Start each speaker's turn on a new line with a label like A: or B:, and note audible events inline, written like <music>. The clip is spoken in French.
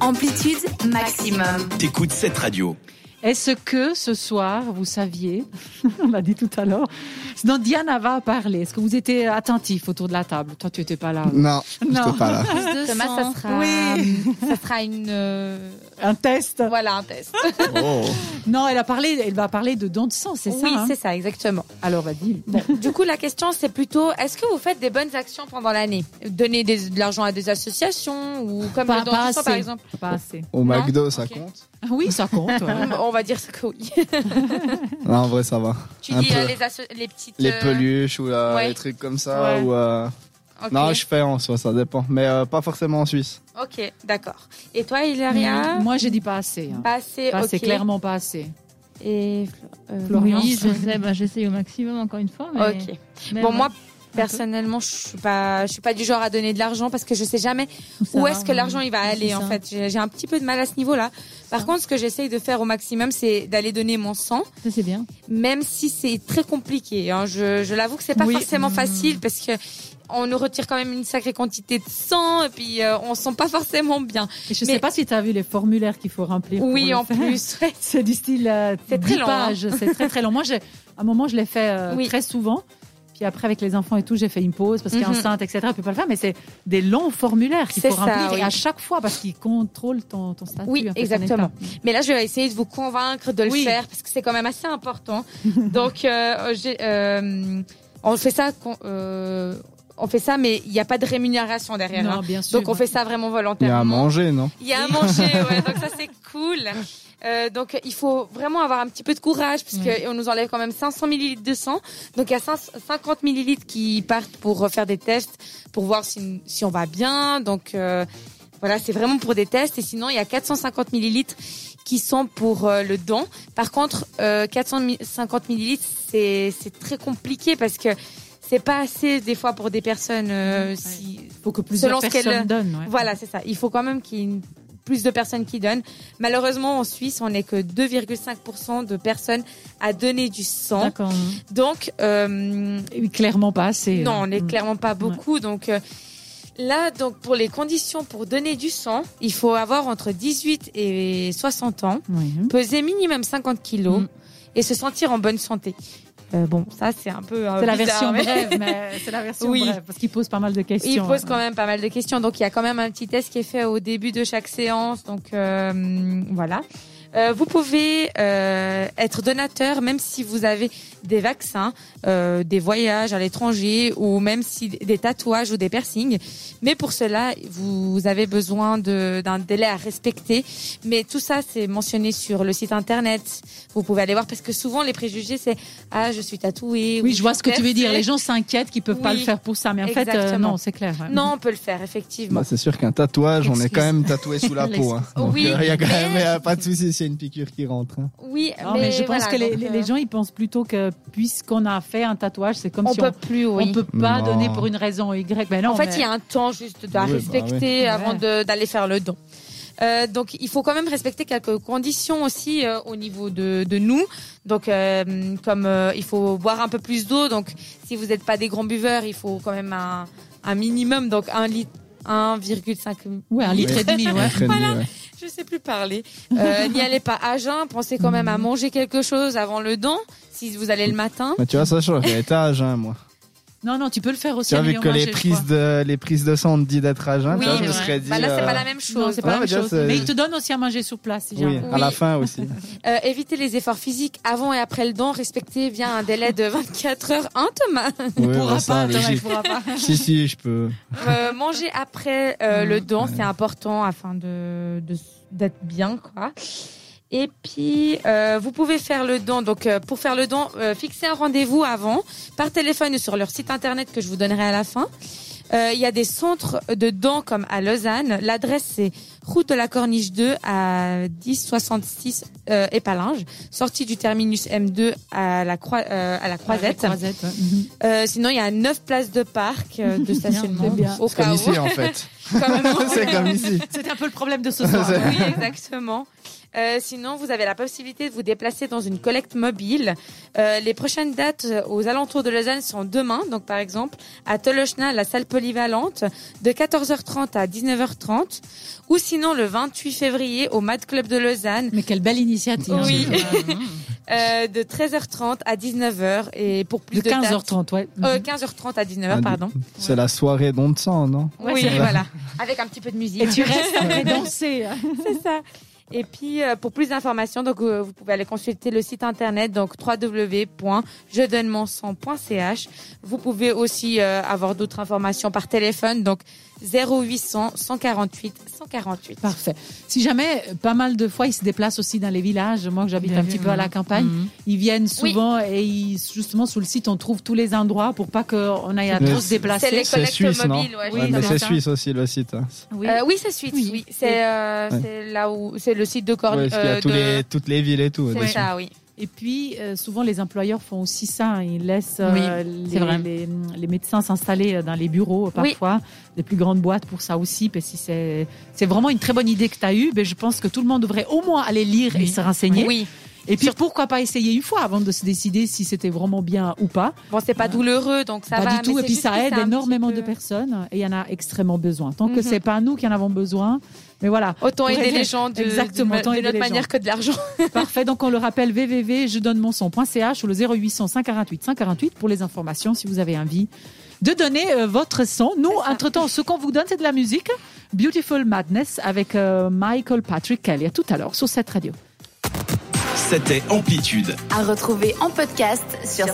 A: Amplitude maximum.
B: T'écoutes cette radio.
C: Est-ce que ce soir, vous saviez, <laughs> on l'a dit tout à l'heure, ce dont Diana va parler, est-ce que vous étiez attentif autour de la table Toi, tu n'étais pas là.
D: Non, je
C: Non.
D: n'étais pas
E: <laughs>
D: là.
E: Plus de
A: Thomas, ça
E: sang.
A: sera-
E: Oui. <laughs> ça sera une. euh,
C: Un test
E: Voilà un test.
C: Non, elle, a parlé, elle va parler de dons de sang, c'est
E: oui,
C: ça hein
E: c'est ça, exactement.
C: Alors, vas-y.
E: Du coup, la question, c'est plutôt est-ce que vous faites des bonnes actions pendant l'année Donner des- de l'argent à des associations ou comme
C: Pas-
E: le don
C: pas
E: du sang, par
C: assez.
E: exemple
C: Pas assez.
D: Au McDo, ça
E: Ok.
D: compte
C: Ah Oui, ça compte. ouais.
E: Hum, On va dire que oui.
D: Non, en vrai, ça va.
E: <laughs> Tu
D: Un
E: dis
D: peu.
E: euh, les, asso- les petites.
D: Les
E: euh,
D: peluches ou la-
E: ouais.
D: les trucs comme ça.
E: Ouais.
D: Ou, euh,
E: ok.
D: Non, je fais en soi, ça dépend. Mais euh, pas forcément en Suisse.
E: Ok, d'accord. Et toi, Hilaria
C: Mm. Moi, j'ai dit pas assez. hein.
E: Pas assez,
C: Pas
E: Ah, ok.
C: assez, clairement pas assez.
E: Et euh,
C: Florian.
F: Oui, je sais, bah, j'essaye au maximum encore une fois. Mais
E: Ok.
F: mais
E: Bon,
F: bon,
E: moi, personnellement, je suis pas, je suis pas du genre à donner de l'argent parce que je sais jamais
F: ça
E: où
F: va, hein.
E: est-ce que
F: oui.
E: l'argent il va
F: C'est
E: aller. En
F: ça.
E: fait, j'ai j'ai un petit peu de mal à ce niveau-là. Par
F: ça.
E: contre, ce que j'essaye de faire au maximum, c'est d'aller donner mon sang,
F: Ça, c'est bien.
E: même si c'est très compliqué. hein. Je, je l'avoue que c'est pas
C: Oui.
E: forcément
F: Mmh.
E: facile parce que on nous retire quand même une sacrée quantité de sang et puis euh, on sent pas forcément bien.
C: Et je
E: Mais-
C: sais pas si tu as vu les formulaires qu'il faut remplir. pour
E: Oui,
C: le
E: en
C: faire.
E: plus. ouais.
C: C'est du style euh,
E: C'est très
C: dix
E: long,
C: pages, c'est très très long. Moi, j'ai, à un moment, je l'ai fait euh,
E: Oui.
C: très souvent. Puis après, avec les enfants et tout, j'ai fait une pause parce
E: Mhm.
C: qu'enceinte, etc. On peut pas le faire, mais c'est des longs formulaires qu'il
E: C'est
C: faut
E: ça,
C: remplir
E: oui.
C: et à chaque fois parce qu'ils contrôlent ton, ton statut.
E: Oui,
C: un peu, ton
E: exactement.
C: état.
E: Mais là, je vais essayer de vous convaincre de le
C: Oui.
E: faire parce que c'est quand même assez important. <laughs> Donc, euh, j'ai, euh, on fait ça, qu'on- euh, on fait ça, mais il n'y a pas de rémunération derrière. hein.
C: Non, bien sûr.
E: Donc, on fait ça vraiment
D: Il y a à
E: volontairement.
D: manger, non
E: Il y a à manger, ouais, donc ça c'est cool. Euh, donc il faut vraiment avoir un petit peu de courage
C: Mm.
E: puisque on nous enlève quand même 500 millilitres de sang. Donc il y a 5 50 millilitres qui partent pour faire des tests pour voir si, si on va bien. Donc euh, voilà, c'est vraiment pour des tests. Et sinon il y a 450 millilitres qui sont pour euh, le don. Par contre, euh, 450 millilitres c'est c'est très compliqué parce que c'est pas assez des fois pour des personnes euh,
C: Mm. Ouais.
E: si
C: Faut que plusieurs
E: Selon ce qu'elle-
C: personnes donnent. ouais.
E: voilà, c'est ça. Il faut quand même qu'il y ait une- plus de personnes qui donnent. Malheureusement, en Suisse, on n'est que 2,5% de personnes à donner du sang.
F: D'accord.
E: Donc, euh,
C: Et clairement pas assez.
E: non,
C: hein.
E: on n'est
C: Mm.
E: clairement pas beaucoup. Donc, euh, là, donc, pour les conditions pour donner du sang, il faut avoir entre 18 et 60 ans,
C: Oui. hein.
E: peser minimum 50 kilos
C: Mm.
E: et se sentir en bonne santé. Euh, bon, ça, c'est un peu. euh,
C: C'est la version
E: bizarre, mais-
C: brève, mais c'est la version
E: Oui.
C: brève parce qu'il pose pas mal de questions.
E: Il pose quand même pas mal de questions. Donc, il y a quand même un petit test qui est fait au début de chaque séance. Donc, euh, voilà. Euh, vous pouvez euh, être donateur même si vous avez des vaccins, euh, des voyages à l'étranger ou même si des tatouages ou des piercings. Mais pour cela, vous avez besoin de- d'un délai à respecter. Mais tout ça, c'est mentionné sur le site internet. Vous pouvez aller voir parce que souvent les préjugés, c'est ah je suis tatoué.
C: Oui, je vois ce que tu veux dire. Les gens s'inquiètent qu'ils peuvent pas
E: Oui.
C: le faire pour ça, mais en fait, euh,
E: Exactement.
C: non, c'est clair. ouais.
E: Non, on peut le faire effectivement.
D: Bah, c'est sûr qu'un tatouage, on est quand
C: Excuse.
D: même tatoué sous
E: <laughs>
D: la peau. hein. Donc,
E: Oui,
D: euh, il y a quand
E: mais-
D: même euh, pas de souci s'il y a une piqûre qui rentre. hein.
E: Oui,
C: Non, mais, je pense
E: voilà,
C: que les,
E: donc,
C: les-
E: euh,
C: les gens, ils pensent plutôt que puisqu'on a fait un tatouage, c'est comme
E: on
C: si
E: peut
C: on
E: plus, oui.
C: on peut pas
D: Non.
C: donner pour une raison Y. Mais non,
E: en fait,
C: mais-
E: il y a un temps juste à
D: Oui, bah
E: respecter
C: oui.
E: avant
C: Ouais.
E: de- d'aller faire le don. Euh, donc, il faut quand même respecter quelques conditions aussi euh, au niveau de, de nous. Donc, euh, comme euh, il faut boire un peu plus d'eau. Donc, si vous n'êtes pas des grands buveurs, il faut quand même un, un minimum, donc un litre, 1,5.
C: Ouais, un litre
D: Oui.
C: et
E: <laughs>
C: demi, ouais.
D: Entre ennemis,
E: Voilà.
D: ouais.
E: Je sais plus parler.
C: <laughs>
E: Euh, N'y allez pas à jeun. Pensez quand
C: Mm.
E: même à manger quelque chose avant le don. Si vous allez le matin.
D: Mais tu vois, ça change. J'étais à jeun, moi.
C: Non, non, tu peux le faire aussi.
D: Tu vois,
C: mais
D: vu
C: au
D: que
C: moins,
D: les
C: j'ai-
D: prises, de, les prises de sang, on te dit d'être à jeun, tu
E: Oui,
D: vois, je
F: c'est
D: me
F: vrai.
D: serais dit.
E: Bah là, c'est
D: euh,
E: pas la même
C: Non,
E: chose.
C: c'est pas la
D: Ouais,
C: même
D: déjà,
C: chose.
D: c'est-
C: Mais ils te donnent aussi à manger sur place, si
D: oui,
C: jamais.
D: à la
E: Oui.
D: fin
E: <laughs>
D: aussi.
E: Euh, éviter les efforts physiques avant et après le don, respecter via un délai de <laughs> 24 heures. Hein, Thomas
D: Il
C: pourra pas, Thomas, il pourra pas.
D: Si, si, je peux.
E: Euh, Manger après euh,
D: Mm.
E: le don, c'est important afin de de- d'être bien, quoi. Et puis, euh, vous pouvez faire le don. Donc, euh, pour faire le don, euh, fixez un rendez-vous avant, par téléphone ou sur leur site internet que je vous donnerai à la fin. Euh, Il y a des centres de dons comme à Lausanne. L'adresse, c'est route de la Corniche 2 à 1066 euh, Épalinges, sortie du terminus M2 à la, Croi- euh, à la <laughs> Croisette. <laughs>
C: Croisette, ouais. Mhm.
E: Euh, sinon, il y a neuf places de parc euh, de
F: C'est
E: stationnement
C: bien.
E: au
D: C'est comme
E: cas où. <laughs>
D: ici, en fait.
E: Comme
C: <laughs>
E: nous.
D: C'est comme ici.
C: C'était un peu le problème de ce soir.
E: Oui, exactement. Euh, sinon, vous avez la possibilité de vous déplacer dans une collecte mobile. Euh, les prochaines dates euh, aux alentours de Lausanne sont demain, donc par exemple à Tolochna, la salle polyvalente, de 14h30 à 19h30, ou sinon le 28 février au Mad Club de Lausanne,
C: Mais quelle belle initiative.
E: Oui.
C: hein.
E: <laughs> euh, de 13h30 à 19h, et pour plus
C: De
E: de, dates-
C: 15h30, ouais.
E: euh, 15h30 à 19h, pardon.
D: C'est la soirée d'on de sang, non
C: Ah, Ouais,
E: oui,
C: c'est vrai. <laughs>
E: voilà, avec un petit peu de musique. <laughs>
C: Et tu restes après danser. hein.
E: C'est ça. Et puis, euh, pour plus d'informations, donc euh, vous pouvez aller consulter le site internet, donc www.jedonnemonsan.ch. Vous pouvez aussi euh, avoir d'autres informations par téléphone, donc 0800 148 148.
C: Parfait. Si jamais, pas mal de fois, ils se déplacent aussi dans les villages. Moi, que j'habite
F: Bien
C: un
F: vu,
C: petit peu à la
F: maman.
C: campagne.
F: Mhm.
C: Ils viennent souvent et ils, justement, sur le site, on trouve tous les endroits pour pas qu'on aille à
D: Mais
C: trop se déplacer.
E: C'est les
D: C'est
E: collectes
D: suisse, non
E: mobiles,
D: Ouais,
E: ouais, oui,
D: mais
E: c'est
D: c'est
E: ça.
D: suisse aussi le site. hein.
C: Oui.
E: Euh, oui, c'est suite.
F: Oui.
E: Oui, c'est euh,
D: Ouais.
E: c'est là où c'est le site de Corne.
D: Ouais, parce qu'il y
E: euh,
D: a tous
E: de-
D: les- toutes les villes et tout.
E: C'est
D: dessus.
E: ça, oui.
C: Et puis, euh, souvent, les employeurs font aussi ça. hein. Ils laissent euh,
F: Oui, c'est vrai.
C: les, les- les médecins s'installer dans les bureaux, euh,
E: Oui.
C: parfois, les plus grandes boîtes pour ça aussi. Parce que c'est c'est vraiment une très bonne idée que tu as eue. Mais je pense que tout le monde devrait au moins aller lire et
F: Oui.
C: se renseigner.
E: Oui.
C: Et puis, pourquoi pas essayer une fois avant de se décider si c'était vraiment bien ou pas.
E: Bon, c'est pas douloureux, donc ça
C: pas
E: va.
C: du tout.
E: mais
C: Et
E: c'est
C: puis,
E: juste
C: ça
E: que
C: aide
E: c'est un
C: énormément
E: petit
C: de
E: peu-
C: personnes et il y en a extrêmement besoin. Tant que
E: Mhm.
C: c'est pas nous qui en avons besoin. Mais voilà,
E: Autant
C: Pour
E: aider
C: aider.
E: les gens de,
C: Exactement,
E: de,
C: autant
E: de
C: aider
E: notre
C: les
E: manière
C: gens.
E: que de l'argent.
C: parfait. Donc on le rappelle, www.jedonnemonson.ch ou le 0800 548 548 pour les informations si vous avez envie de donner euh, votre son. Nous, entre-temps, ce qu'on vous donne, c'est de la musique. Beautiful Madness avec euh, Michael Patrick Kelly. À tout à l'heure sur cette radio.
B: C'était Amplitude.
A: À retrouver en podcast sur